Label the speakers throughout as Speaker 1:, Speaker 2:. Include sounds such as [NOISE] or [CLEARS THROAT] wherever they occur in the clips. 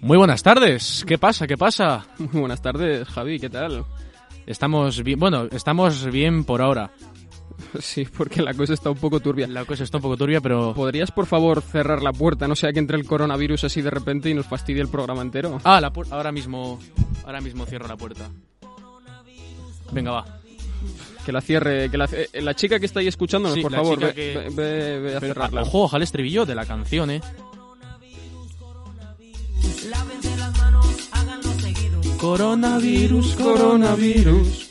Speaker 1: Muy buenas tardes. ¿Qué pasa? ¿Qué pasa?
Speaker 2: [LAUGHS] Muy buenas tardes, Javi, ¿qué tal? [LAUGHS]
Speaker 1: Estamos bien, bueno, estamos bien por ahora.
Speaker 2: Sí, porque la cosa está un poco turbia.
Speaker 1: La cosa está un poco turbia, pero
Speaker 2: ¿Podrías, por favor, cerrar la puerta? No sea que entre el coronavirus así de repente y nos fastidie el programa entero.
Speaker 1: ah, la puer- ahora mismo ahora mismo cierro la puerta. Venga, va.
Speaker 2: Ah, Que la cierre, que la, eh, la chica que está ahí escuchándonos,
Speaker 1: Sí,
Speaker 2: por
Speaker 1: la
Speaker 2: favor,
Speaker 1: chica
Speaker 2: ve,
Speaker 1: que-
Speaker 2: ve- ve- ve a
Speaker 1: Pero,
Speaker 2: cerrarla.
Speaker 1: ojo, ojalá el estribillo de la canción, eh.
Speaker 3: Lávense las manos, háganlo seguido.
Speaker 1: Coronavirus,
Speaker 2: coronavirus.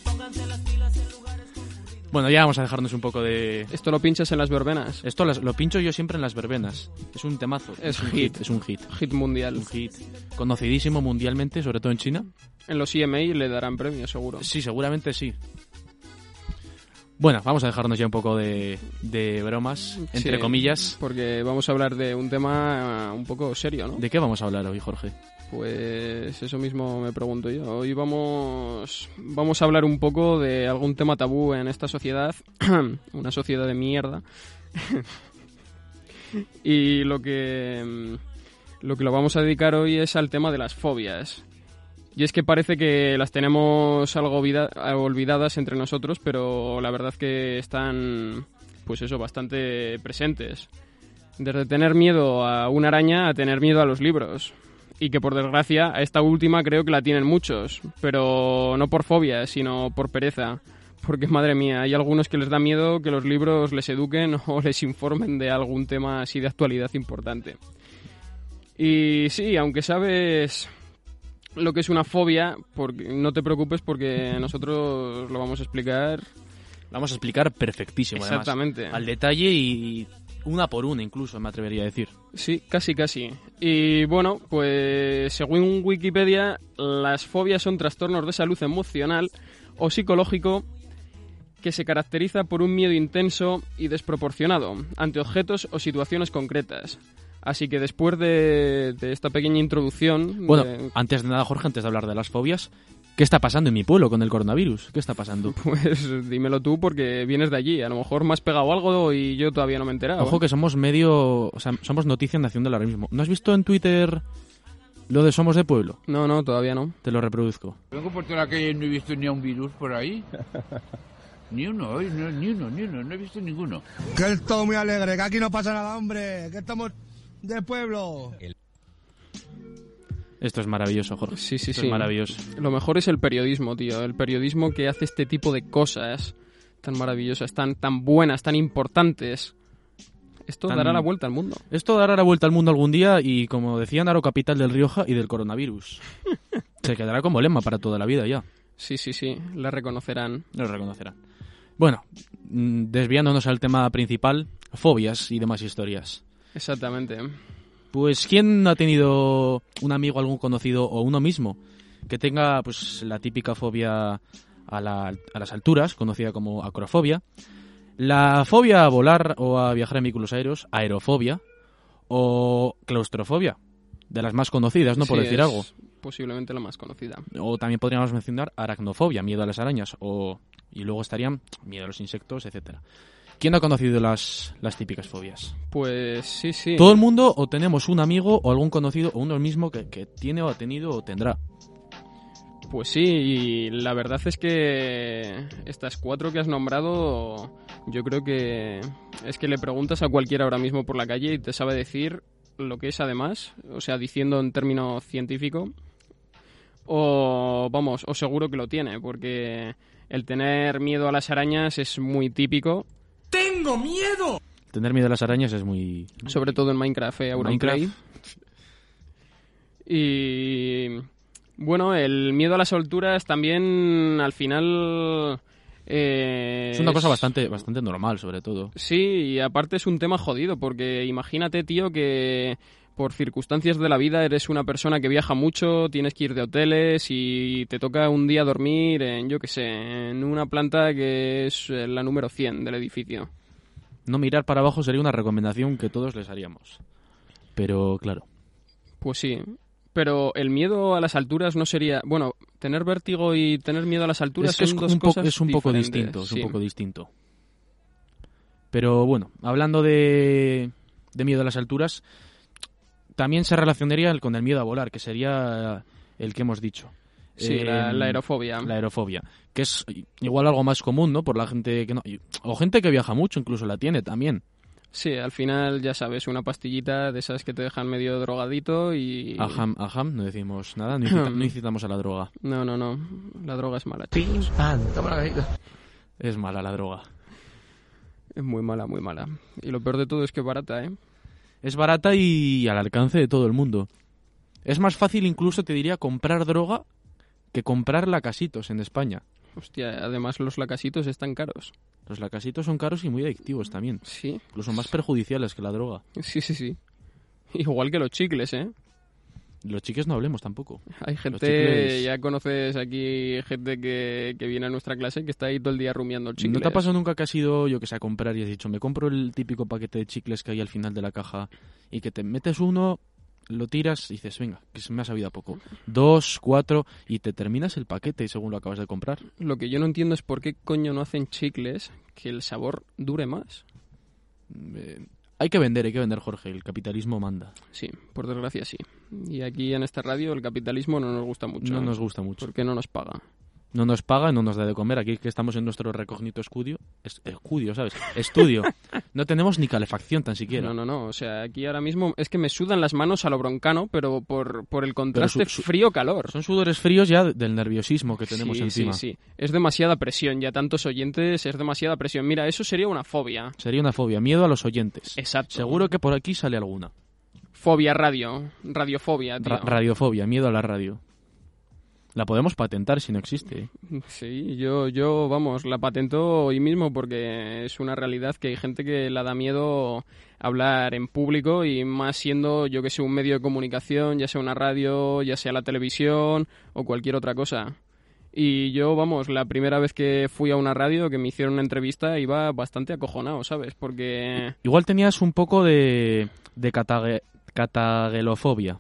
Speaker 1: Bueno, ya vamos a dejarnos un poco de
Speaker 2: Esto lo pinchas en las verbenas.
Speaker 1: esto las- lo pincho yo siempre en las verbenas. Es un temazo,
Speaker 2: Es
Speaker 1: un
Speaker 2: hit.
Speaker 1: es un hit,
Speaker 2: Hit mundial.
Speaker 1: un hit conocidísimo mundialmente, sobre todo en China.
Speaker 2: En los EMA le darán premio, seguro.
Speaker 1: Sí, seguramente sí. Bueno, vamos a dejarnos ya un poco de, de bromas, entre
Speaker 2: Sí.
Speaker 1: comillas.
Speaker 2: Porque vamos a hablar de un tema eh, un poco serio, ¿no?
Speaker 1: ¿De qué vamos a hablar hoy, Jorge?
Speaker 2: Pues eso mismo me pregunto yo. Hoy vamos, vamos a hablar un poco de algún tema tabú en esta sociedad, [CLEARS THROAT] una sociedad de mierda. [LAUGHS] y lo que mm, lo que lo vamos a dedicar hoy es al tema de las fobias. Y es que parece que las tenemos algo vida- olvidadas entre nosotros, pero la verdad que están pues eso bastante presentes. Desde tener miedo a una araña a tener miedo a los libros y que por desgracia a esta última creo que la tienen muchos, pero no por fobia, sino por pereza. Porque madre mía, hay algunos que les da miedo que los libros les eduquen [LAUGHS] o les informen de algún tema así de actualidad importante. Y sí, aunque sabes lo que es una fobia, porque, no te preocupes porque nosotros lo vamos a explicar
Speaker 1: Lo vamos a explicar perfectísimo, además.
Speaker 2: exactamente.
Speaker 1: Al detalle y una por una incluso, me atrevería a decir.
Speaker 2: Sí, casi, casi. Y bueno, pues según Wikipedia, las fobias son trastornos de salud emocional o psicológico que se caracteriza por un miedo intenso y desproporcionado ante objetos o situaciones concretas. Así que después de, de esta pequeña introducción...
Speaker 1: Bueno,
Speaker 2: de-
Speaker 1: antes de nada, Jorge, antes de hablar de las fobias, ¿qué está pasando en mi pueblo con el coronavirus? ¿Qué está pasando?
Speaker 2: [LAUGHS] pues dímelo tú porque vienes de allí. A lo mejor me has pegado algo y yo todavía no me he enterado.
Speaker 1: Ojo que somos medio... O sea, somos noticia nacional ahora mismo. ¿No has visto en Twitter lo de Somos de Pueblo?
Speaker 2: No, no, todavía no.
Speaker 1: Te lo reproduzco.
Speaker 4: Vengo por toda la calle y no he visto ni a un virus por ahí. Ni uno, hoy, no, ni uno, ni uno, no he visto ninguno.
Speaker 5: Que esto muy alegre, que aquí no pasa nada, hombre, que estamos de pueblo.
Speaker 1: Esto es maravilloso, Jorge.
Speaker 2: Sí, sí,
Speaker 1: Esto
Speaker 2: sí.
Speaker 1: es maravilloso.
Speaker 2: Lo mejor es el periodismo, tío. El periodismo que hace este tipo de cosas tan maravillosas, tan, tan buenas, tan importantes. Esto
Speaker 1: Tan-
Speaker 2: dará la vuelta al mundo.
Speaker 1: Esto dará la vuelta al mundo algún día y, como decían, Aro capital del Rioja y del coronavirus. Se quedará como lema para toda la vida ya.
Speaker 2: Sí, sí, sí, la reconocerán.
Speaker 1: Lo reconocerán. Bueno, mm, desviándonos al tema principal, fobias y demás historias.
Speaker 2: Exactamente.
Speaker 1: Pues, ¿quién no ha tenido un amigo, algún conocido o uno mismo que tenga pues la típica fobia a, la- a las alturas, conocida como acrofobia, la fobia a volar o a viajar en vehículos aéreos, aerofobia o claustrofobia, de las más conocidas, no por
Speaker 2: Sí,
Speaker 1: decir
Speaker 2: es
Speaker 1: algo.
Speaker 2: Posiblemente la más conocida.
Speaker 1: O también podríamos mencionar aracnofobia, miedo a las arañas, o y luego estarían miedo a los insectos, etcétera. ¿Quién no ha conocido las, las típicas fobias?
Speaker 2: Pues sí, sí.
Speaker 1: Todo el mundo o tenemos un amigo o algún conocido o uno mismo que, que tiene o ha tenido o tendrá.
Speaker 2: Pues sí, y la verdad es que estas cuatro que has nombrado, yo creo que es que le preguntas a cualquiera ahora mismo por la calle y te sabe decir lo que es además, o sea, diciendo en término científico, o vamos, o seguro que lo tiene, porque el tener miedo a las arañas es muy típico,
Speaker 1: Tener miedo a las arañas es muy...
Speaker 2: sobre todo en Minecraft, eh, Auronplay.
Speaker 1: Minecraft.
Speaker 2: Y bueno, el miedo a las alturas también al final... eh,
Speaker 1: Es una cosa
Speaker 2: es-
Speaker 1: bastante, bastante normal, sobre todo.
Speaker 2: Sí, y aparte es un tema jodido, porque imagínate, tío, que por circunstancias de la vida eres una persona que viaja mucho, tienes que ir de hoteles y te toca un día dormir en, yo qué sé, en una planta que es eh, la número 100 del edificio.
Speaker 1: No mirar para abajo sería una recomendación que todos les haríamos. Pero, claro.
Speaker 2: Pues sí. Pero el miedo a las alturas no sería. Bueno, tener vértigo y tener miedo a las alturas
Speaker 1: es que es
Speaker 2: son
Speaker 1: un,
Speaker 2: dos
Speaker 1: poco-
Speaker 2: cosas
Speaker 1: es un poco
Speaker 2: diferentes,
Speaker 1: distinto, es
Speaker 2: sí.
Speaker 1: un poco distinto. Pero bueno, hablando de, de miedo a las alturas, también se relacionaría el- con el miedo a volar, que sería el que hemos dicho.
Speaker 2: Sí,
Speaker 1: Eh,
Speaker 2: la, la aerofobia.
Speaker 1: La aerofobia, que es igual algo más común, ¿no? Por la gente que no... y- O gente que viaja mucho, incluso la tiene también.
Speaker 2: Sí, al final, ya sabes, una pastillita de esas que te dejan medio drogadito y...
Speaker 1: Ajam, ajam, no decimos nada, no, incita- no incitamos a la droga.
Speaker 2: No, no, no. La droga es mala. chicos.
Speaker 1: Es mala la droga.
Speaker 2: Es muy mala, muy mala. Y lo peor de todo es que es barata, ¿eh?
Speaker 1: Es barata y al alcance de todo el mundo. Es más fácil incluso, te diría, comprar droga que comprar lacasitos en España.
Speaker 2: Hostia, además los lacasitos están caros.
Speaker 1: Los lacasitos son caros y muy adictivos también.
Speaker 2: Sí, [LAUGHS]
Speaker 1: Incluso más perjudiciales que la droga.
Speaker 2: sí, sí, sí. Igual que los chicles, ¿eh?
Speaker 1: Los chiques no hablemos tampoco.
Speaker 2: Hay gente,
Speaker 1: chicles.
Speaker 2: ya conoces aquí gente que, que viene a nuestra clase que está ahí todo el día rumiando chicles.
Speaker 1: ¿No te ha pasado nunca que has ido, yo que sé, a comprar y has dicho, me compro el típico paquete de chicles que hay al final de la caja y que te metes uno, lo tiras y dices, venga, que se me ha sabido a poco. Dos, cuatro y te terminas el paquete según lo acabas de comprar.
Speaker 2: Lo que yo no entiendo es por qué coño no hacen chicles que el sabor dure más.
Speaker 1: Eh, hay que vender, hay que vender, Jorge. El capitalismo manda.
Speaker 2: Sí, por desgracia sí. Y aquí en esta radio el capitalismo no nos gusta mucho.
Speaker 1: No nos gusta mucho.
Speaker 2: Porque no nos paga.
Speaker 1: No nos paga, no nos da de comer. Aquí que estamos en nuestro recognito escudio. es- escudio, ¿sabes?
Speaker 2: [LAUGHS]
Speaker 1: Estudio. No tenemos ni calefacción tan siquiera.
Speaker 2: No, no, no. O sea, aquí ahora mismo es que me sudan las manos a lo broncano, pero por, por el contraste
Speaker 1: su- su-
Speaker 2: frío-calor.
Speaker 1: Son sudores fríos ya del nerviosismo que tenemos
Speaker 2: sí,
Speaker 1: encima.
Speaker 2: Sí, sí. Es demasiada presión. Ya tantos oyentes es demasiada presión. Mira, eso sería una fobia.
Speaker 1: Sería una fobia, miedo a los oyentes.
Speaker 2: Exacto.
Speaker 1: Seguro que por aquí sale alguna.
Speaker 2: Fobia radio. Radiofobia, tío.
Speaker 1: Ra- radiofobia, miedo a la radio. La podemos patentar si no existe. ¿eh?
Speaker 2: Sí, yo, yo, vamos, la patento hoy mismo porque es una realidad que hay gente que la da miedo hablar en público y más siendo, yo que sé, un medio de comunicación, ya sea una radio, ya sea la televisión o cualquier otra cosa. Y yo, vamos, la primera vez que fui a una radio, que me hicieron una entrevista, iba bastante acojonado, ¿sabes? Porque...
Speaker 1: Igual tenías un poco de, de catague- catagelofobia.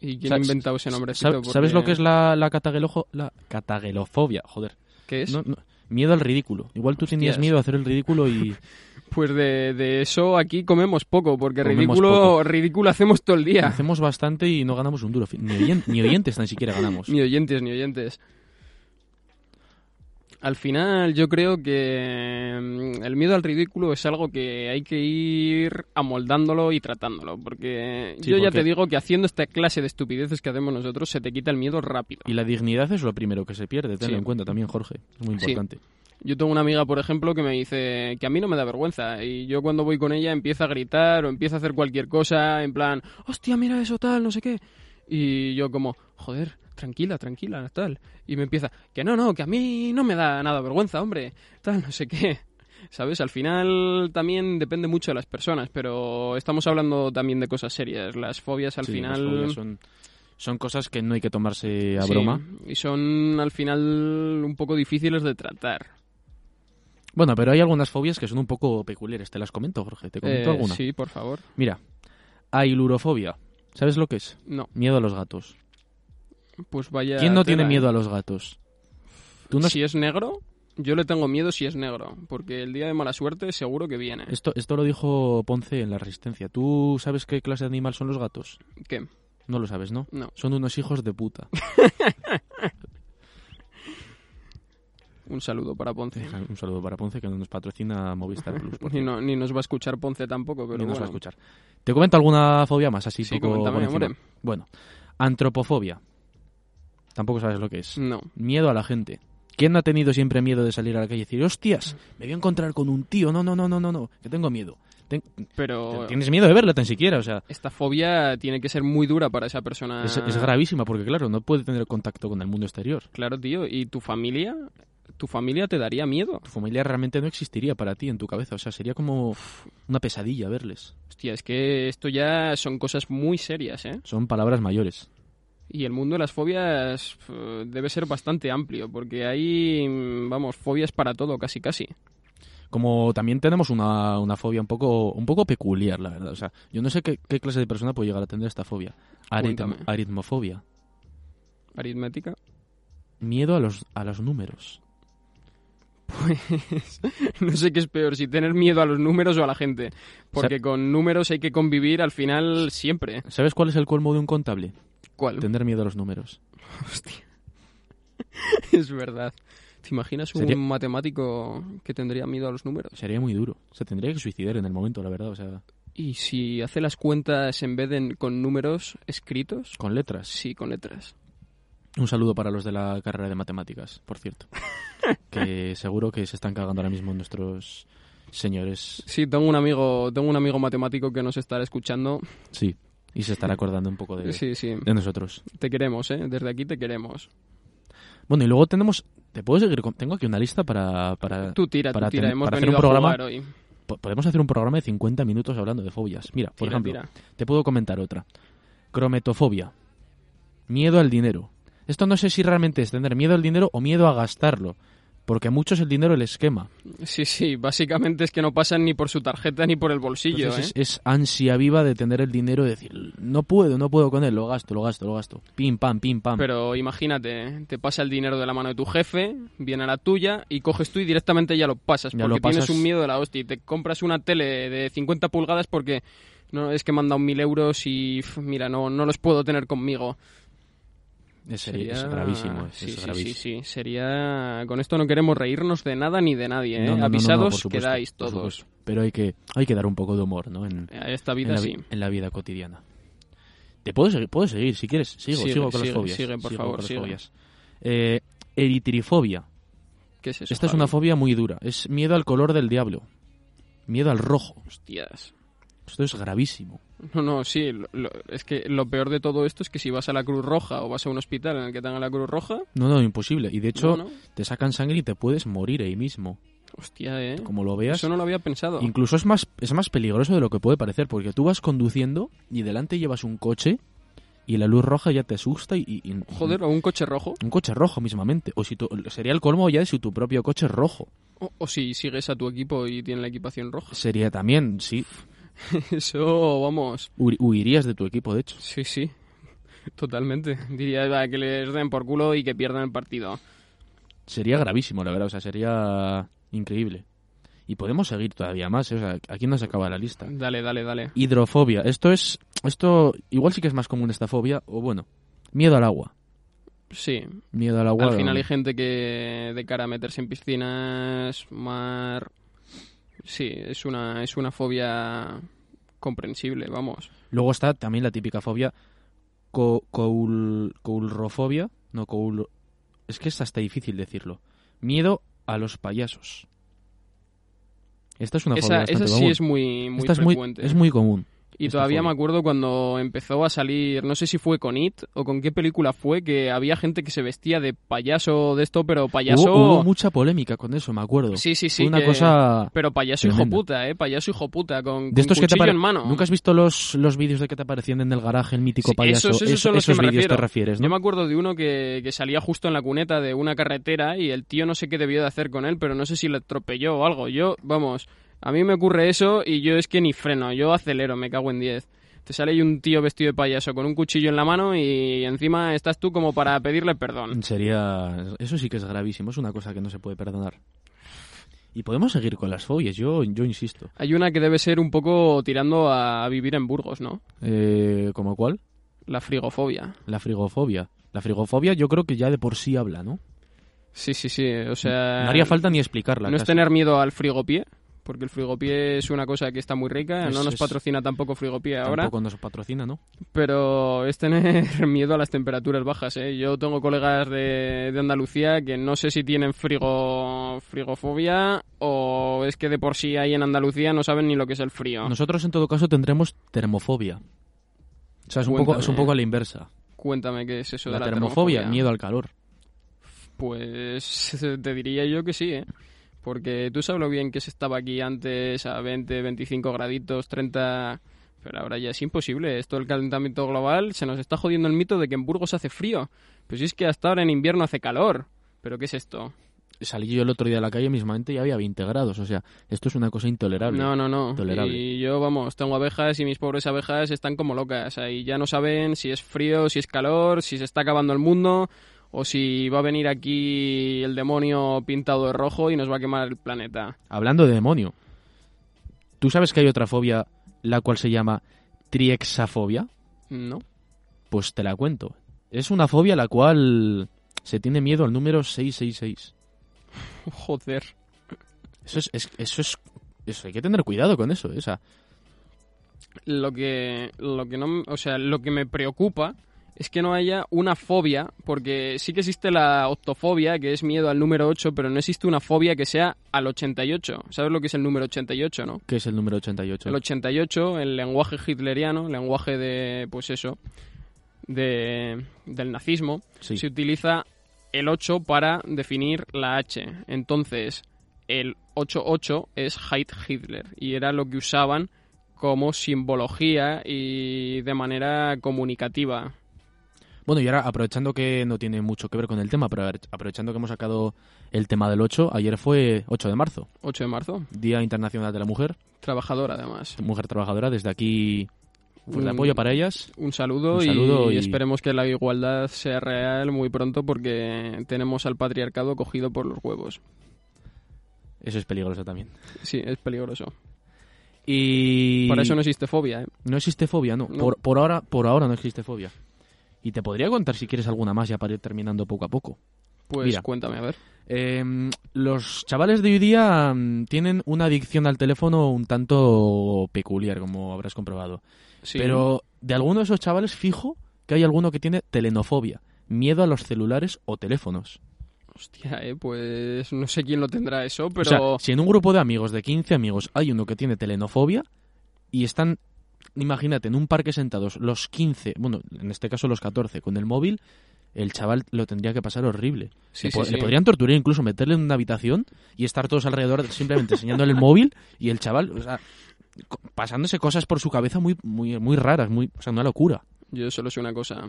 Speaker 2: ¿Y quién ha
Speaker 1: Sa-
Speaker 2: inventado ese nombre?
Speaker 1: Sa- ¿Sabes lo que es la, la, catagelojo- la catagelofobia? Joder.
Speaker 2: ¿Qué es?
Speaker 1: No, no, miedo al ridículo. Igual tú tenías
Speaker 2: Hostias.
Speaker 1: miedo a hacer el ridículo
Speaker 2: [LAUGHS]
Speaker 1: y
Speaker 2: Pues de, de eso aquí comemos poco, porque
Speaker 1: Comemos
Speaker 2: ridículo,
Speaker 1: poco.
Speaker 2: ridículo hacemos todo el día.
Speaker 1: hacemos bastante y no ganamos un duro. Fi- Ni, oyen- ni oyentes tan siquiera ganamos.
Speaker 2: Ni oyentes, ni oyentes. Al final yo creo que mm, el miedo al ridículo es algo que hay que ir amoldándolo y tratándolo, porque
Speaker 1: Sí,
Speaker 2: yo ya
Speaker 1: porque-
Speaker 2: te digo que haciendo esta clase de estupideces que hacemos nosotros se te quita el miedo rápido.
Speaker 1: Y la dignidad es lo primero que se pierde, tenlo
Speaker 2: Sí.
Speaker 1: en cuenta también, Jorge. Es muy
Speaker 2: Sí.
Speaker 1: importante.
Speaker 2: Yo tengo una amiga, por ejemplo, que me dice que a mí no me da vergüenza. Y yo cuando voy con ella empiezo a gritar o empiezo a hacer cualquier cosa, en plan, hostia, mira eso tal, no sé qué. Y yo como, joder, tranquila, tranquila, tal. Y me empieza, que no, no, que a mí no me da nada vergüenza, hombre, tal, no sé qué. [LAUGHS] ¿Sabes? Al final también depende mucho de las personas, pero estamos hablando también de cosas serias. Las fobias al
Speaker 1: Sí, las
Speaker 2: final...
Speaker 1: fobias son, son cosas que no hay que tomarse a
Speaker 2: Sí,
Speaker 1: broma.
Speaker 2: Y son al final un poco difíciles de tratar.
Speaker 1: Bueno, pero hay algunas fobias que son un poco peculiares. Te las comento, Jorge. Te comento
Speaker 2: Eh,
Speaker 1: alguna.
Speaker 2: Sí, por favor.
Speaker 1: Mira, ailurofobia. ¿Sabes lo que es?
Speaker 2: No.
Speaker 1: Miedo a los gatos.
Speaker 2: Pues vaya.
Speaker 1: ¿Quién no
Speaker 2: tela,
Speaker 1: tiene
Speaker 2: ¿eh?
Speaker 1: miedo a los gatos? Tú no has-
Speaker 2: Si es negro, yo le tengo miedo si es negro. Porque el día de mala suerte seguro que viene.
Speaker 1: Esto, esto lo dijo Ponce en La Resistencia. ¿Tú sabes qué clase de animal son los gatos?
Speaker 2: ¿Qué?
Speaker 1: No lo sabes, ¿no?
Speaker 2: No.
Speaker 1: Son unos hijos de
Speaker 2: [LAUGHS]
Speaker 1: puta.
Speaker 2: Un saludo para Ponce.
Speaker 1: Un saludo para Ponce que no nos patrocina Movistar Plus.
Speaker 2: [LAUGHS]
Speaker 1: por
Speaker 2: Ni,
Speaker 1: cierto.
Speaker 2: no- ni nos va a escuchar Ponce tampoco, pero
Speaker 1: Ni nos va a
Speaker 2: bueno.
Speaker 1: escuchar. ¿Te comento alguna fobia más así?
Speaker 2: Sí,
Speaker 1: poco por
Speaker 2: coméntame,
Speaker 1: encima?
Speaker 2: hombre.
Speaker 1: Bueno, antropofobia. Tampoco sabes lo que es.
Speaker 2: No.
Speaker 1: Miedo a la gente. ¿Quién no ha tenido siempre miedo de salir a la calle y decir, hostias, me voy a encontrar con un tío? No, no, no, no, no, no, que tengo miedo. Ten-
Speaker 2: Pero
Speaker 1: Tienes miedo de verla tan siquiera, o sea,
Speaker 2: esta fobia tiene que ser muy dura para esa persona.
Speaker 1: es, es gravísima porque, claro, no puede tener contacto con el mundo exterior.
Speaker 2: Claro, tío. ¿Y tu familia? ¿Tu familia te daría miedo?
Speaker 1: Tu familia realmente no existiría para ti en tu cabeza, o sea, sería como una pesadilla verles.
Speaker 2: Hostia, es que esto ya son cosas muy serias, ¿eh?
Speaker 1: Son palabras mayores.
Speaker 2: Y el mundo de las fobias eh, debe ser bastante amplio, porque hay, mm, vamos, fobias para todo, casi casi.
Speaker 1: Como también tenemos una, una fobia un poco, un poco peculiar, la verdad. O sea, yo no sé qué, qué clase de persona puede llegar a tener esta fobia. Arit-
Speaker 2: Cuéntame.
Speaker 1: aritmofobia.
Speaker 2: Aritmética.
Speaker 1: Miedo a los, a los números.
Speaker 2: Pues [LAUGHS] no sé qué es peor, si tener miedo a los números o a la gente. Porque
Speaker 1: Sa-
Speaker 2: con números hay que convivir al final siempre.
Speaker 1: ¿Sabes cuál es el colmo de un contable?
Speaker 2: ¿Cuál?
Speaker 1: Tener miedo a los números.
Speaker 2: [LAUGHS] Hostia. [LAUGHS] es verdad. ¿Te imaginas un
Speaker 1: Sería-
Speaker 2: matemático que tendría miedo a los números?
Speaker 1: Sería muy duro. Se tendría que suicidar en el momento, la verdad. O sea,
Speaker 2: ¿Y si hace las cuentas en vez de en- con números escritos?
Speaker 1: con letras.
Speaker 2: Sí, con letras.
Speaker 1: Un saludo para los de la carrera de matemáticas, por
Speaker 2: [LAUGHS]
Speaker 1: cierto. que seguro que se están cagando ahora mismo nuestros señores.
Speaker 2: Sí, tengo un amigo, tengo un amigo matemático que nos estará escuchando.
Speaker 1: Sí. Y se estará acordando un poco de,
Speaker 2: Sí, sí.
Speaker 1: de nosotros.
Speaker 2: Te queremos, ¿eh? Desde aquí te queremos.
Speaker 1: Bueno, y luego tenemos... ¿Te puedo seguir? con- Tengo aquí una lista para... para
Speaker 2: Tú tira, tú
Speaker 1: para
Speaker 2: tira.
Speaker 1: tener-
Speaker 2: Hemos
Speaker 1: para hacer un
Speaker 2: venido a
Speaker 1: programa,
Speaker 2: jugar hoy.
Speaker 1: po- Podemos hacer un programa de 50 minutos hablando de fobias. Mira, por
Speaker 2: Tira,
Speaker 1: ejemplo,
Speaker 2: tira.
Speaker 1: te puedo comentar otra. Crometofobia. Miedo al dinero. Esto no sé si realmente es tener miedo al dinero o miedo a gastarlo. Porque a muchos el dinero les quema.
Speaker 2: Sí, sí. Básicamente es que no pasan ni por su tarjeta ni por el bolsillo,
Speaker 1: Entonces
Speaker 2: ¿eh?
Speaker 1: es, es ansia viva de tener el dinero y decir, no puedo, no puedo con él, lo gasto, lo gasto, lo gasto. Pim, pam, pim, pam.
Speaker 2: Pero imagínate, te pasa el dinero de la mano de tu jefe, viene a la tuya y coges tú y directamente ya lo pasas.
Speaker 1: Ya
Speaker 2: porque
Speaker 1: lo pasas.
Speaker 2: tienes un miedo de la hostia. Y te compras una tele de 50 pulgadas porque no es que me han dado mil euros y pf, mira, no, no los puedo tener conmigo.
Speaker 1: es, es gravísimo. es-
Speaker 2: sí,
Speaker 1: es
Speaker 2: sí,
Speaker 1: gravísimo.
Speaker 2: sí, sí. Sería. Con esto no queremos reírnos de nada ni de nadie. ¿eh?
Speaker 1: No, no, no, no, no, por
Speaker 2: Avisados
Speaker 1: supuesto,
Speaker 2: quedáis
Speaker 1: por
Speaker 2: todos.
Speaker 1: supuesto. Pero hay que, hay que dar un poco de humor, ¿no? En,
Speaker 2: A esta
Speaker 1: en
Speaker 2: vida
Speaker 1: la, vi-
Speaker 2: sí.
Speaker 1: en la vida cotidiana. Te puedo seguir, puedo seguir si quieres. Sigo,
Speaker 2: Sigue,
Speaker 1: sigo con
Speaker 2: sigue,
Speaker 1: las fobias.
Speaker 2: sigue, por
Speaker 1: sigo
Speaker 2: favor,
Speaker 1: con las
Speaker 2: sigue.
Speaker 1: fobias. Eh, eritrifobia.
Speaker 2: ¿Qué es eso?
Speaker 1: Esta es
Speaker 2: Javi?
Speaker 1: una fobia muy dura. Es miedo al color del diablo. Miedo al rojo.
Speaker 2: Hostias.
Speaker 1: Esto es gravísimo.
Speaker 2: No, no, sí. lo- lo- es que lo peor de todo esto es que si vas a la Cruz Roja o vas a un hospital en el que tenga la Cruz Roja.
Speaker 1: No, no, imposible. Y de hecho,
Speaker 2: no, no.
Speaker 1: te sacan sangre y te puedes morir ahí mismo.
Speaker 2: Hostia, eh.
Speaker 1: Como lo veas.
Speaker 2: Eso no lo había pensado.
Speaker 1: Incluso es más, es más peligroso de lo que puede parecer, porque tú vas conduciendo y delante llevas un coche y la luz roja ya te asusta y... y- y-
Speaker 2: Joder, o un coche rojo.
Speaker 1: Un coche rojo mismamente. O si tu- sería el colmo ya de si tu propio coche es rojo.
Speaker 2: O, o si sigues a tu equipo y tiene la
Speaker 1: [LAUGHS]
Speaker 2: equipación roja.
Speaker 1: Sería también, sí.
Speaker 2: Eso, vamos.
Speaker 1: hu- Huirías de tu equipo, de hecho.
Speaker 2: Sí, sí. Totalmente. Diría "Va, que les den por culo y que pierdan el partido.
Speaker 1: Sería gravísimo, la verdad. O sea, sería increíble. Y podemos seguir todavía más. ¿eh? O sea, aquí no se acaba la lista.
Speaker 2: Dale, dale, dale.
Speaker 1: Hidrofobia. Esto es... Esto igual sí que es más común esta fobia. O bueno, miedo al agua.
Speaker 2: Sí,
Speaker 1: Miedo al agua.
Speaker 2: Al final hay gente que de cara a meterse en piscinas, mar... Sí, es una, es una fobia comprensible, vamos.
Speaker 1: Luego está también la típica fobia co- coul- coulrofobia. No, coul... Es que es hasta difícil decirlo. Miedo a los payasos. Esta es una fobia
Speaker 2: Esa,
Speaker 1: bastante
Speaker 2: esa sí
Speaker 1: común.
Speaker 2: es muy, muy
Speaker 1: Esta es muy,
Speaker 2: frecuente. ¿eh?
Speaker 1: es muy común.
Speaker 2: y
Speaker 1: esta
Speaker 2: todavía
Speaker 1: fobia.
Speaker 2: me acuerdo cuando empezó a salir, no sé si fue con It o con qué película fue, que había gente que se vestía de payaso de esto, pero payaso...
Speaker 1: Hubo, hubo mucha polémica con eso, me acuerdo.
Speaker 2: Sí, sí, sí.
Speaker 1: Fue una
Speaker 2: que-
Speaker 1: cosa...
Speaker 2: Pero payaso
Speaker 1: tremenda.
Speaker 2: hijo puta, ¿eh? Payaso hijo puta, con,
Speaker 1: De estos
Speaker 2: con
Speaker 1: que te
Speaker 2: cuchillo
Speaker 1: apare-
Speaker 2: en mano.
Speaker 1: ¿Nunca has visto los, los vídeos de que te aparecían en el garaje el mítico
Speaker 2: Sí,
Speaker 1: payaso?
Speaker 2: esos- esos
Speaker 1: Es-
Speaker 2: son los que me
Speaker 1: vídeos te
Speaker 2: refiero.
Speaker 1: refieres,
Speaker 2: Yo
Speaker 1: ¿no?
Speaker 2: me acuerdo de uno que, que salía justo en la cuneta de una carretera y el tío no sé qué debió de hacer con él, pero no sé si le atropelló o algo. Yo, vamos, a mí me ocurre eso y yo es que ni freno, yo acelero, me cago en 10. Te sale ahí un tío vestido de payaso con un cuchillo en la mano y encima estás tú como para pedirle perdón.
Speaker 1: Sería... Eso sí que es gravísimo, es una cosa que no se puede perdonar. Y podemos seguir con las fobias, yo, yo insisto.
Speaker 2: Hay una que debe ser un poco tirando a vivir en Burgos, ¿no?
Speaker 1: Eh, ¿Como cuál?
Speaker 2: La frigofobia.
Speaker 1: La frigofobia. La frigofobia yo creo que ya de por sí habla, ¿no?
Speaker 2: Sí, sí, sí, o sea...
Speaker 1: no haría falta ni explicarla.
Speaker 2: Eh, No es
Speaker 1: casi.
Speaker 2: tener miedo al frigopié, porque el frigopié es una cosa que está muy rica,
Speaker 1: Es-
Speaker 2: no nos
Speaker 1: es-
Speaker 2: patrocina tampoco frigopié ahora,
Speaker 1: Tampoco nos patrocina, ¿no?
Speaker 2: pero es tener [LAUGHS] miedo a las temperaturas bajas. ¿eh? Yo tengo colegas de, de Andalucía que no sé si tienen frigo, frigofobia o es que de por sí ahí en Andalucía no saben ni lo que es el frío.
Speaker 1: Nosotros en todo caso tendremos termofobia. O sea, es un, poco, es un
Speaker 2: Cuéntame.
Speaker 1: poco a la inversa.
Speaker 2: Cuéntame qué es eh, eso
Speaker 1: la
Speaker 2: de la
Speaker 1: termofobia,
Speaker 2: termofobia.
Speaker 1: miedo al calor.
Speaker 2: Pues [LAUGHS] te diría yo que sí, ¿eh? Porque tú sabes lo bien que se estaba aquí antes a 20, 25 graditos, 30... Pero ahora ya es imposible. Esto del calentamiento global se nos está jodiendo el mito de que en Burgos hace frío. Pues si es que hasta ahora en invierno hace calor. ¿Pero qué es esto?
Speaker 1: Salí yo el otro día a la calle mismamente y había 20 grados. O sea, esto es una cosa intolerable.
Speaker 2: No, no, no.
Speaker 1: Tolerable.
Speaker 2: Y yo, vamos, tengo abejas y mis pobres abejas están como locas. Ahí ya no saben si es frío, si es calor, si se está acabando el mundo o si va a venir aquí el demonio pintado de rojo y nos va a quemar el planeta.
Speaker 1: Hablando de demonio, ¿tú sabes que hay otra fobia la cual se llama triexafobia?
Speaker 2: ¿No? [LAUGHS]
Speaker 1: Pues te la cuento. Es una fobia la cual se tiene miedo al número 666.
Speaker 2: Joder.
Speaker 1: Eso es, es- eso es, eso hay que tener cuidado con eso, ¿eh? o sea,
Speaker 2: Lo que, lo que no, m- o sea, lo que me preocupa es que no haya una fobia, porque sí que existe la octofobia, que es miedo al número 8, pero no existe una fobia que sea al 88. ¿Sabes lo que es el número 88, no?
Speaker 1: ¿qué es el número 88?
Speaker 2: El 88, el lenguaje hitleriano, el lenguaje de, pues eso, de, del nazismo,
Speaker 1: Sí.
Speaker 2: se utiliza el 8 para definir la H. Entonces, el 88 es Hide Hitler y era lo que usaban como simbología y de manera comunicativa.
Speaker 1: Bueno, y ahora aprovechando que no tiene mucho que ver con el tema, pero a ver, aprovechando que hemos sacado el tema del 8, ayer fue 8 de marzo,
Speaker 2: 8 de marzo,
Speaker 1: Día Internacional de la Mujer,
Speaker 2: trabajador además.
Speaker 1: Mujer Trabajadora, desde aquí fuerte
Speaker 2: Un-
Speaker 1: apoyo para ellas.
Speaker 2: Un saludo,
Speaker 1: Un saludo
Speaker 2: y,
Speaker 1: y-
Speaker 2: esperemos que la igualdad sea real muy pronto porque tenemos al patriarcado cogido por los huevos.
Speaker 1: Eso es peligroso también.
Speaker 2: Sí, es peligroso.
Speaker 1: Y
Speaker 2: Para eso no existe fobia, ¿eh?
Speaker 1: No existe fobia, no.
Speaker 2: No.
Speaker 1: Por, por ahora, por ahora no existe fobia. Y te podría contar si quieres alguna más ya para ir terminando poco a poco.
Speaker 2: Pues
Speaker 1: Mira.
Speaker 2: cuéntame, a ver.
Speaker 1: Eh, los chavales de hoy día mm, tienen una adicción al teléfono un tanto peculiar, como habrás comprobado.
Speaker 2: Sí.
Speaker 1: Pero de alguno de esos chavales fijo que hay alguno que tiene telenofobia, miedo a los celulares o teléfonos.
Speaker 2: Hostia, ¿eh? Pues no sé quién lo tendrá eso, pero...
Speaker 1: O sea, si en un grupo de amigos, de 15 amigos, hay uno que tiene telenofobia y están, imagínate, en un parque sentados los 15, bueno, en este caso los 14, con el móvil, el chaval lo tendría que pasar horrible.
Speaker 2: Sí,
Speaker 1: le,
Speaker 2: sí,
Speaker 1: po-
Speaker 2: sí.
Speaker 1: le podrían torturar, incluso meterle en una habitación y estar todos alrededor simplemente enseñándole el móvil y el chaval, o sea, co- pasándose cosas por su cabeza muy, muy, muy raras, muy, o sea, una locura.
Speaker 2: Yo solo sé una cosa.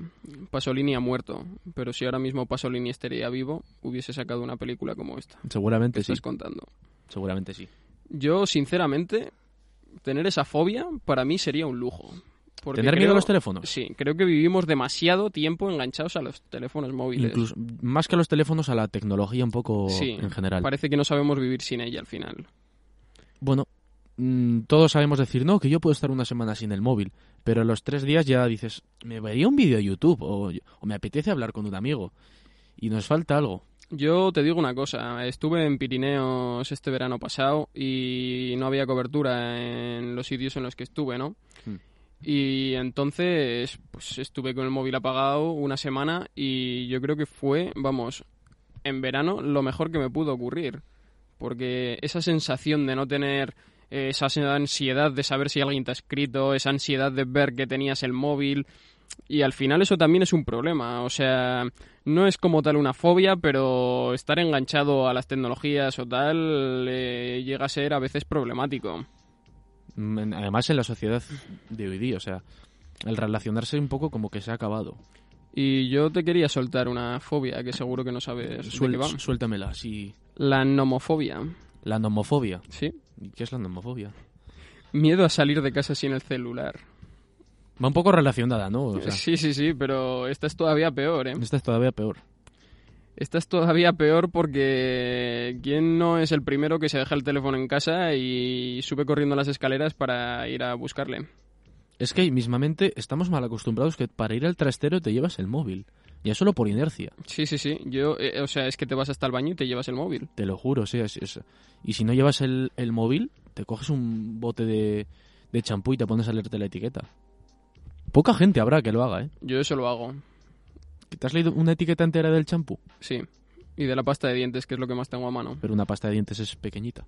Speaker 2: Pasolini ha muerto, pero si ahora mismo Pasolini estaría vivo, hubiese sacado una película como esta.
Speaker 1: Seguramente sí,
Speaker 2: Estás contando.
Speaker 1: seguramente sí.
Speaker 2: Yo, sinceramente, tener esa fobia para mí sería un lujo. Porque
Speaker 1: ¿Tener miedo
Speaker 2: creo-
Speaker 1: a los teléfonos?
Speaker 2: Sí, creo que vivimos demasiado tiempo enganchados a los teléfonos móviles.
Speaker 1: Incluso, más que a los teléfonos, a la tecnología un poco
Speaker 2: Sí,
Speaker 1: en general.
Speaker 2: Parece que no sabemos vivir sin ella al final.
Speaker 1: Bueno, mm, todos sabemos decir, no, que yo puedo estar una semana sin el móvil, pero a los tres días ya dices, me vería un vídeo de YouTube o, o me apetece hablar con un amigo y nos falta algo.
Speaker 2: Yo te digo una cosa, estuve en Pirineos este verano pasado y no había cobertura en los sitios en los que estuve, ¿no?
Speaker 1: Hmm.
Speaker 2: Y entonces, pues estuve con el móvil apagado una semana y yo creo que fue, vamos, en verano lo mejor que me pudo ocurrir. Porque esa sensación de no tener eh, esa se- ansiedad de saber si alguien te ha escrito, esa ansiedad de ver que tenías el móvil. Y al final eso también es un problema. O sea, no es como tal una fobia, pero estar enganchado a las tecnologías o tal eh, llega a ser a veces problemático.
Speaker 1: Mm, en- Además, en la sociedad de hoy día, o sea, el relacionarse un poco como que se ha acabado.
Speaker 2: Y yo te quería soltar una fobia que seguro que no sabes
Speaker 1: Suel-
Speaker 2: de qué va.
Speaker 1: suéltamela, sí.
Speaker 2: La nomofobia,
Speaker 1: La nomofobia.
Speaker 2: ¿sí?
Speaker 1: ¿Y ¿Qué es la nomofobia?
Speaker 2: Miedo a salir de casa sin el celular.
Speaker 1: Va un poco relacionada, ¿no? O sea,
Speaker 2: sí, sí, sí, pero esta es todavía peor, ¿eh?
Speaker 1: esta es todavía peor.
Speaker 2: Esta es todavía peor porque ¿quién no es el primero que se deja el teléfono en casa y sube corriendo las escaleras para ir a buscarle?
Speaker 1: Es que mismamente estamos mal acostumbrados que para ir al trastero te llevas el móvil. Ya solo por inercia.
Speaker 2: Sí, sí, sí. Yo, eh, o sea, es que te vas hasta el baño y te llevas el móvil.
Speaker 1: Te lo juro, sí. es- es- Y si no llevas el, el móvil, te coges un bote de, de champú y te pones a leerte la etiqueta. Poca gente habrá que lo haga, ¿eh?
Speaker 2: Yo eso lo hago,
Speaker 1: ¿Te has leído una etiqueta entera del champú?
Speaker 2: sí. Y de la pasta de dientes, que es lo que más tengo a mano.
Speaker 1: Pero una pasta de dientes es pequeñita.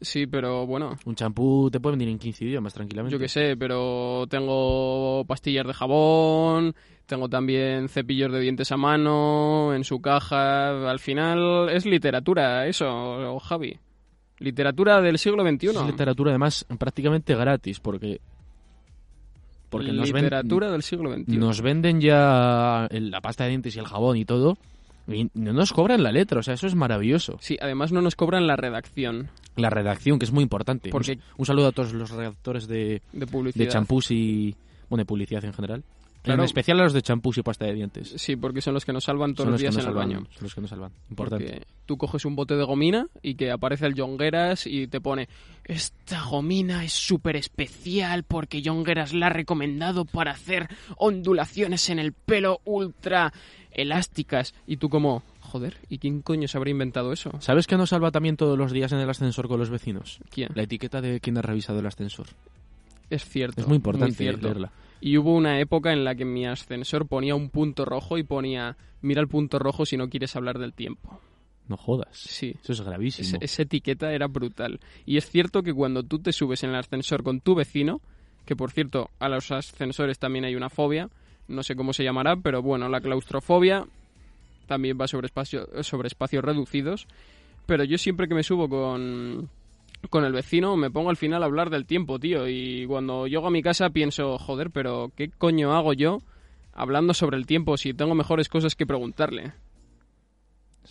Speaker 2: Sí, pero bueno,
Speaker 1: Un champú te puede venir en 15 idiomas tranquilamente.
Speaker 2: yo qué sé, pero tengo pastillas de jabón, tengo también cepillos de dientes a mano, en su caja. Al final es literatura, eso, Javi. Literatura del siglo XXI.
Speaker 1: Es literatura, además, prácticamente gratis, porque... Porque nos, ven-
Speaker 2: literatura del siglo XXI.
Speaker 1: nos venden ya el- la pasta de dientes y el jabón y todo, y no nos cobran la letra, o sea, eso es maravilloso.
Speaker 2: Sí, además no nos cobran la redacción
Speaker 1: La redacción, que es muy importante.
Speaker 2: Porque-
Speaker 1: Un, un saludo a todos los redactores de,
Speaker 2: de
Speaker 1: de
Speaker 2: publicidad.
Speaker 1: champús y bueno, de publicidad en general.
Speaker 2: Claro.
Speaker 1: En especial a los de champús y pasta de dientes.
Speaker 2: Sí, porque son los que nos salvan todos
Speaker 1: Son
Speaker 2: los
Speaker 1: los que
Speaker 2: días
Speaker 1: nos
Speaker 2: en el
Speaker 1: salvan.
Speaker 2: baño.
Speaker 1: Son los que nos salvan. Importante.
Speaker 2: Porque tú coges un bote de gomina y que aparece el Jongueras y te pone esta gomina es súper especial porque Jongueras la ha recomendado para hacer ondulaciones en el pelo ultra elásticas y tú como joder y quién coño se habrá inventado eso
Speaker 1: ¿Sabes qué nos salva también todos los días en el ascensor con los vecinos?
Speaker 2: ¿Quién?
Speaker 1: La etiqueta de quién ha revisado el ascensor.
Speaker 2: es cierto
Speaker 1: Es muy importante
Speaker 2: cierto.
Speaker 1: leerla.
Speaker 2: y hubo una época en la que mi ascensor ponía un punto rojo y ponía mira el punto rojo si no quieres hablar del tiempo
Speaker 1: No jodas.
Speaker 2: Sí.
Speaker 1: Eso es gravísimo.
Speaker 2: Ese- esa etiqueta era brutal. Y es cierto que cuando tú te subes en el ascensor con tu vecino, que por cierto, a los ascensores también hay una fobia, no sé cómo se llamará, pero bueno, la claustrofobia también va sobre, espacio, sobre espacios reducidos. Pero yo siempre que me subo con, con el vecino me pongo al final a hablar del tiempo, tío. Y cuando llego a mi casa pienso, joder, pero ¿qué coño hago yo hablando sobre el tiempo si tengo mejores cosas que preguntarle?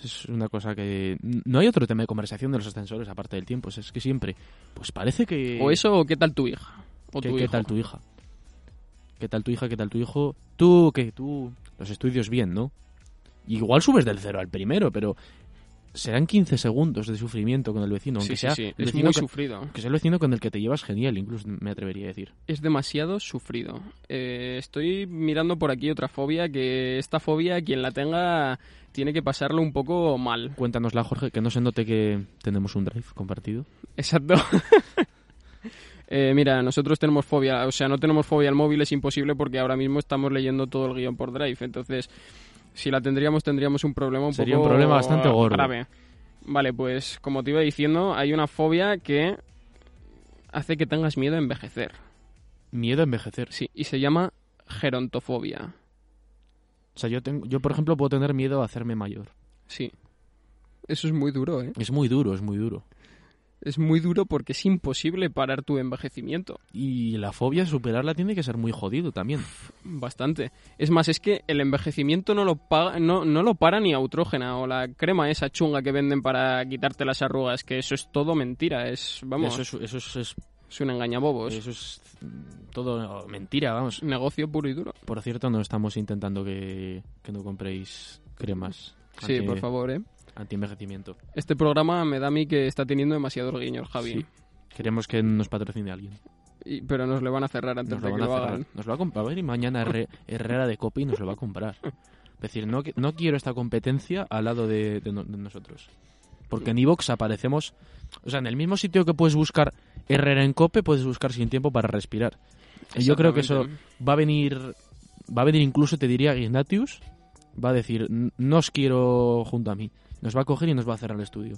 Speaker 1: Es una cosa que... No hay otro tema de conversación de los ascensores aparte del tiempo. Es que siempre... Pues parece que...
Speaker 2: ¿O eso o qué tal tu hija? ¿O
Speaker 1: ¿Qué,
Speaker 2: tu
Speaker 1: qué
Speaker 2: hijo?
Speaker 1: tal tu hija? ¿Qué tal tu hija? ¿Qué tal tu hijo? Tú, que tú... Los estudios bien, ¿no? Igual subes del cero al primero, pero... Serán 15 segundos de sufrimiento con el vecino. Aunque
Speaker 2: sí,
Speaker 1: sea
Speaker 2: sí, sí.
Speaker 1: el
Speaker 2: Es
Speaker 1: vecino
Speaker 2: muy
Speaker 1: que-
Speaker 2: sufrido.
Speaker 1: Que es el vecino con el que te llevas genial, incluso me atrevería a decir.
Speaker 2: Es demasiado sufrido. Eh, estoy mirando por aquí otra fobia, que esta fobia quien la tenga tiene que pasarlo un poco mal. [LAUGHS]
Speaker 1: Cuéntanosla, Jorge, que no se note que tenemos un drive compartido.
Speaker 2: Exacto. Eh, mira, nosotros tenemos fobia, o sea, no tenemos fobia al móvil, es imposible porque ahora mismo estamos leyendo todo el guión por Drive, entonces si la tendríamos tendríamos un problema un
Speaker 1: Sería
Speaker 2: poco
Speaker 1: un problema bastante gordo.
Speaker 2: grave. Vale, pues como te iba diciendo, hay una fobia que hace que tengas miedo a envejecer.
Speaker 1: Miedo a envejecer.
Speaker 2: Sí, y se llama gerontofobia.
Speaker 1: O sea, yo, tengo, yo por ejemplo, puedo tener miedo a hacerme mayor.
Speaker 2: Sí. Eso es muy duro, ¿eh?
Speaker 1: Es muy duro, es muy duro.
Speaker 2: Es muy duro porque es imposible parar tu envejecimiento.
Speaker 1: Y la fobia, superarla tiene que ser muy jodido también.
Speaker 2: Bastante. Es más, es que el envejecimiento no lo, paga- no, no lo para ni autrógena o la crema esa chunga que venden para quitarte las arrugas, que eso es todo mentira. Es, vamos,
Speaker 1: Eso
Speaker 2: es,
Speaker 1: es, eso es, es-
Speaker 2: un engañabobos.
Speaker 1: eso es mm, todo mentira, vamos.
Speaker 2: Negocio puro y duro.
Speaker 1: Por cierto, no estamos intentando que, que no compréis cremas.
Speaker 2: Sí,
Speaker 1: anti-
Speaker 2: por favor, ¿eh?
Speaker 1: Anti-envejecimiento.
Speaker 2: Este programa me da a mí que está teniendo demasiados guiños, Javi.
Speaker 1: Sí. Queremos que nos patrocine alguien.
Speaker 2: Y- pero nos le van a cerrar antes
Speaker 1: Nos lo
Speaker 2: de que
Speaker 1: van a
Speaker 2: lo
Speaker 1: cerrar.
Speaker 2: hagan.
Speaker 1: Nos lo va a comprar. A ver, y mañana Herre- Herrera de Copa y nos lo va a comprar. Es decir, no, qui- no quiero esta competencia al lado de, de no- de nosotros. Porque en Evox aparecemos. O sea, en el mismo sitio que puedes buscar Herrera en Cope, puedes buscar sin tiempo para respirar. Y yo creo que eso
Speaker 2: Exactamente.
Speaker 1: va a venir. Va a venir incluso, te diría, Ignatius. Va a decir, "N- no os quiero junto a mí. Nos va a coger y nos va a cerrar el estudio.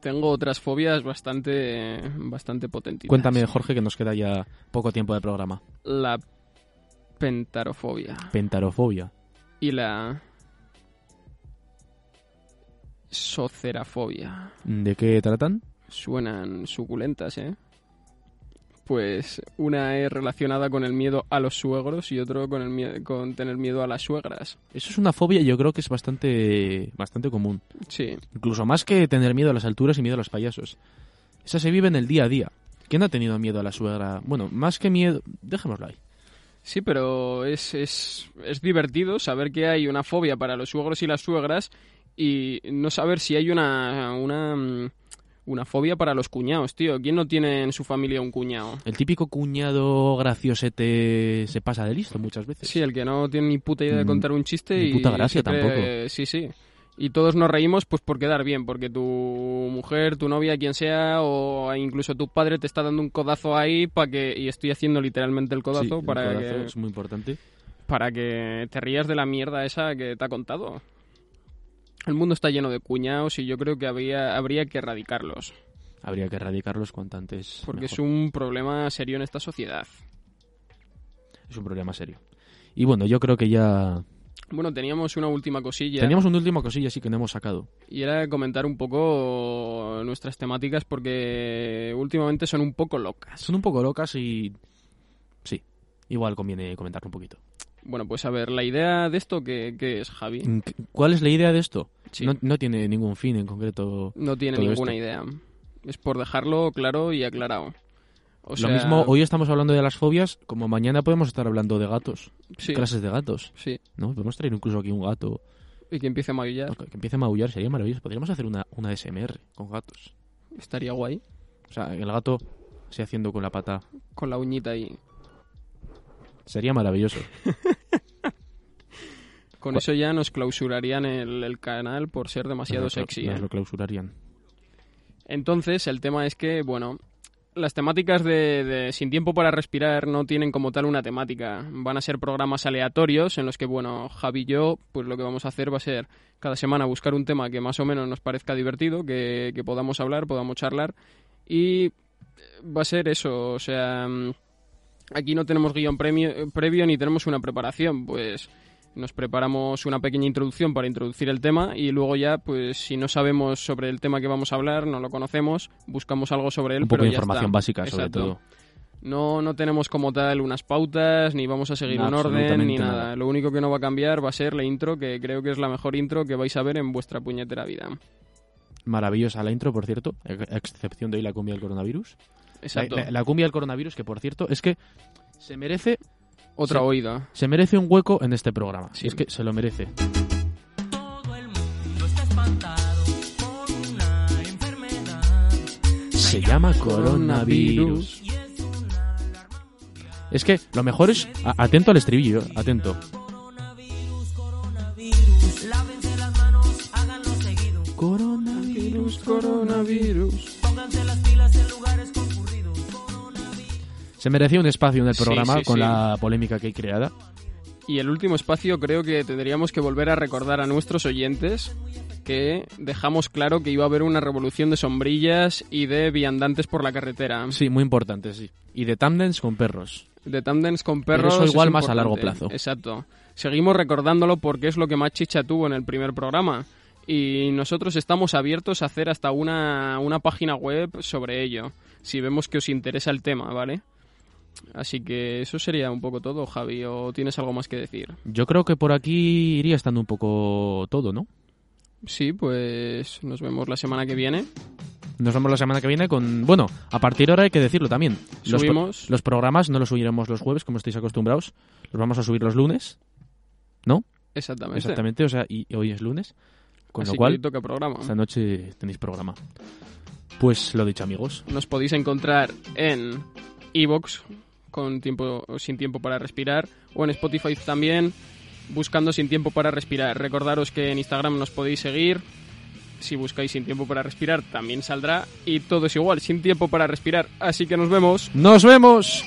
Speaker 2: Tengo otras fobias bastante, bastante potentitas.
Speaker 1: Cuéntame, Jorge, que nos queda ya poco tiempo de programa.
Speaker 2: la pentarofobia
Speaker 1: Pentarofobia.
Speaker 2: y la socerafobia.
Speaker 1: ¿De qué tratan?
Speaker 2: Suenan suculentas, ¿eh? Pues una es relacionada con el miedo a los suegros y otro con, el mie- con tener miedo a las suegras.
Speaker 1: Eso es una fobia, yo creo que es bastante, bastante común.
Speaker 2: Sí,
Speaker 1: Incluso más que tener miedo a las alturas y miedo a los payasos. Esa se vive en el día a día. ¿Quién ha tenido miedo a la suegra? Bueno, más que miedo, dejémoslo ahí.
Speaker 2: sí, pero es, es, es divertido saber que hay una fobia para los suegros y las suegras y no saber si hay una, una, mm, una fobia para los cuñados, tío. ¿Quién no tiene en su familia un cuñado?
Speaker 1: El típico cuñado graciosete se pasa de listo muchas veces.
Speaker 2: Sí, el que no tiene ni puta idea de
Speaker 1: Mm,
Speaker 2: contar un chiste
Speaker 1: ni
Speaker 2: y...
Speaker 1: puta gracia
Speaker 2: se cree-
Speaker 1: tampoco.
Speaker 2: Sí, sí. Y todos nos reímos pues por quedar bien, porque tu mujer, tu novia, quien sea, o incluso tu padre te está dando un codazo ahí para que... Y estoy haciendo literalmente el
Speaker 1: Sí,
Speaker 2: codazo,
Speaker 1: el
Speaker 2: para,
Speaker 1: codazo
Speaker 2: que,
Speaker 1: es muy importante.
Speaker 2: para que te rías de la mierda esa que te ha contado. El mundo está lleno de cuñados y yo creo que había, habría que erradicarlos,
Speaker 1: Habría que erradicarlos cuanto antes.
Speaker 2: porque
Speaker 1: mejor.
Speaker 2: es un problema serio en esta sociedad.
Speaker 1: Es un problema serio. Y bueno, yo creo que ya...
Speaker 2: Bueno, teníamos una última cosilla.
Speaker 1: Teníamos una última cosilla así que no hemos sacado.
Speaker 2: Y era comentar un poco nuestras temáticas porque últimamente son un poco locas.
Speaker 1: Son un poco locas y... Sí, igual conviene comentarlo un poquito.
Speaker 2: Bueno, pues a ver, la idea de esto que, es Javi.
Speaker 1: ¿En qué- ¿Cuál es la idea de esto?
Speaker 2: Sí.
Speaker 1: No, no tiene ningún fin en concreto.
Speaker 2: No tiene
Speaker 1: todo
Speaker 2: ninguna
Speaker 1: esto.
Speaker 2: idea. Es por dejarlo claro y aclarado. O
Speaker 1: Lo
Speaker 2: sea,
Speaker 1: mismo, hoy estamos hablando de las fobias, como mañana podemos estar hablando de gatos,
Speaker 2: sí,
Speaker 1: clases de gatos,
Speaker 2: sí,
Speaker 1: ¿no? Podemos traer incluso aquí un gato
Speaker 2: y que empiece a maullar,
Speaker 1: ¿no? que que empiece a maullar, sería maravilloso. Podríamos hacer una, una SMR con gatos.
Speaker 2: estaría guay,
Speaker 1: O sea, el gato se haciendo con la pata.
Speaker 2: con la uñita ahí.
Speaker 1: Sería maravilloso.
Speaker 2: Con
Speaker 1: Cu-
Speaker 2: eso ya nos clausurarían el, el canal por ser demasiado
Speaker 1: Nos lo-
Speaker 2: sexy.
Speaker 1: Nos
Speaker 2: ¿eh?
Speaker 1: lo clausurarían.
Speaker 2: Entonces, el tema es que, bueno, las temáticas de, de Sin Tiempo para Respirar no tienen como tal una temática. Van a ser programas aleatorios en los que, bueno, Javi y yo, pues lo que vamos a hacer va a ser cada semana buscar un tema que más o menos nos parezca divertido, que, que podamos hablar, podamos charlar. Y eh, va a ser eso, o sea, mm, aquí no tenemos guión premio- previo ni tenemos una preparación, pues nos preparamos una pequeña introducción para introducir el tema y luego ya, pues si no sabemos sobre el tema que vamos a hablar, no lo conocemos, buscamos algo sobre él.
Speaker 1: Un poco
Speaker 2: pero
Speaker 1: de
Speaker 2: ya está.
Speaker 1: información básica, sobre
Speaker 2: Exacto.
Speaker 1: todo.
Speaker 2: No, no tenemos como tal unas pautas, ni vamos a seguir
Speaker 1: No,
Speaker 2: un orden, ni
Speaker 1: absolutamente
Speaker 2: nada.
Speaker 1: nada.
Speaker 2: Lo único que no va a cambiar va a ser la intro, que creo que es la mejor intro que vais a ver en vuestra puñetera vida.
Speaker 1: Maravillosa la intro, por cierto, a excepción de hoy la cumbia del coronavirus. La,
Speaker 2: Exacto.
Speaker 1: la- la cumbia del coronavirus, que por cierto, es que se merece,
Speaker 2: Otra
Speaker 1: sí.
Speaker 2: oída.
Speaker 1: se merece un hueco en este programa.
Speaker 2: Sí.
Speaker 1: Es que se lo merece.
Speaker 3: Todo el mundo está espantado por una enfermedad.
Speaker 1: Se llama
Speaker 3: Y es una
Speaker 1: coronavirus.
Speaker 3: alarma mundial.
Speaker 1: Es que lo mejor es. a- atento al estribillo, eh, atento.
Speaker 3: Coronavirus, coronavirus. Lávense las manos, háganlo seguido.
Speaker 1: Coronavirus,
Speaker 2: coronavirus.
Speaker 3: Pónganse las pilas en lugares concurridos. Coronavirus.
Speaker 1: Se merecía un espacio en el
Speaker 2: Sí,
Speaker 1: programa
Speaker 2: sí,
Speaker 1: con
Speaker 2: sí.
Speaker 1: la polémica que hay creada.
Speaker 2: Y el último espacio creo que tendríamos que volver a recordar a nuestros oyentes que dejamos claro que iba a haber una revolución de sombrillas y de viandantes por la carretera.
Speaker 1: Sí, muy importante, sí. Y de tandens con perros.
Speaker 2: De tandems con
Speaker 1: Pero
Speaker 2: perros.
Speaker 1: eso
Speaker 2: es
Speaker 1: igual más a
Speaker 2: importante.
Speaker 1: largo plazo.
Speaker 2: Exacto. Seguimos recordándolo porque es lo que más chicha tuvo en el primer programa. Y nosotros estamos abiertos a hacer hasta una, una página web sobre ello. Si vemos que os interesa el tema, ¿vale? Así que eso sería un poco todo, Javi. ¿O tienes algo más que decir?
Speaker 1: Yo creo que por aquí iría estando un poco todo, ¿no?
Speaker 2: Sí, pues nos vemos la semana que viene.
Speaker 1: Nos vemos la semana que viene con... Bueno, a partir de ahora hay que decirlo también. Los, pro-
Speaker 2: Subimos.
Speaker 1: los programas no los subiremos los jueves, como estáis acostumbrados. Los vamos a subir los lunes.
Speaker 2: Exactamente.
Speaker 1: Exactamente, o sea, y y hoy es lunes. Con
Speaker 2: Así
Speaker 1: lo
Speaker 2: que hoy
Speaker 1: cual,
Speaker 2: toca programa.
Speaker 1: esta noche tenéis programa. Pues lo dicho, amigos.
Speaker 2: Nos podéis encontrar en Evox, con tiempo, sin tiempo para respirar, o en Spotify también, buscando sin tiempo para respirar. Recordaros que en Instagram nos podéis seguir. Si buscáis sin tiempo para respirar, también saldrá. Y todo es igual, sin tiempo para respirar. Así que nos vemos.
Speaker 1: ¡Nos vemos!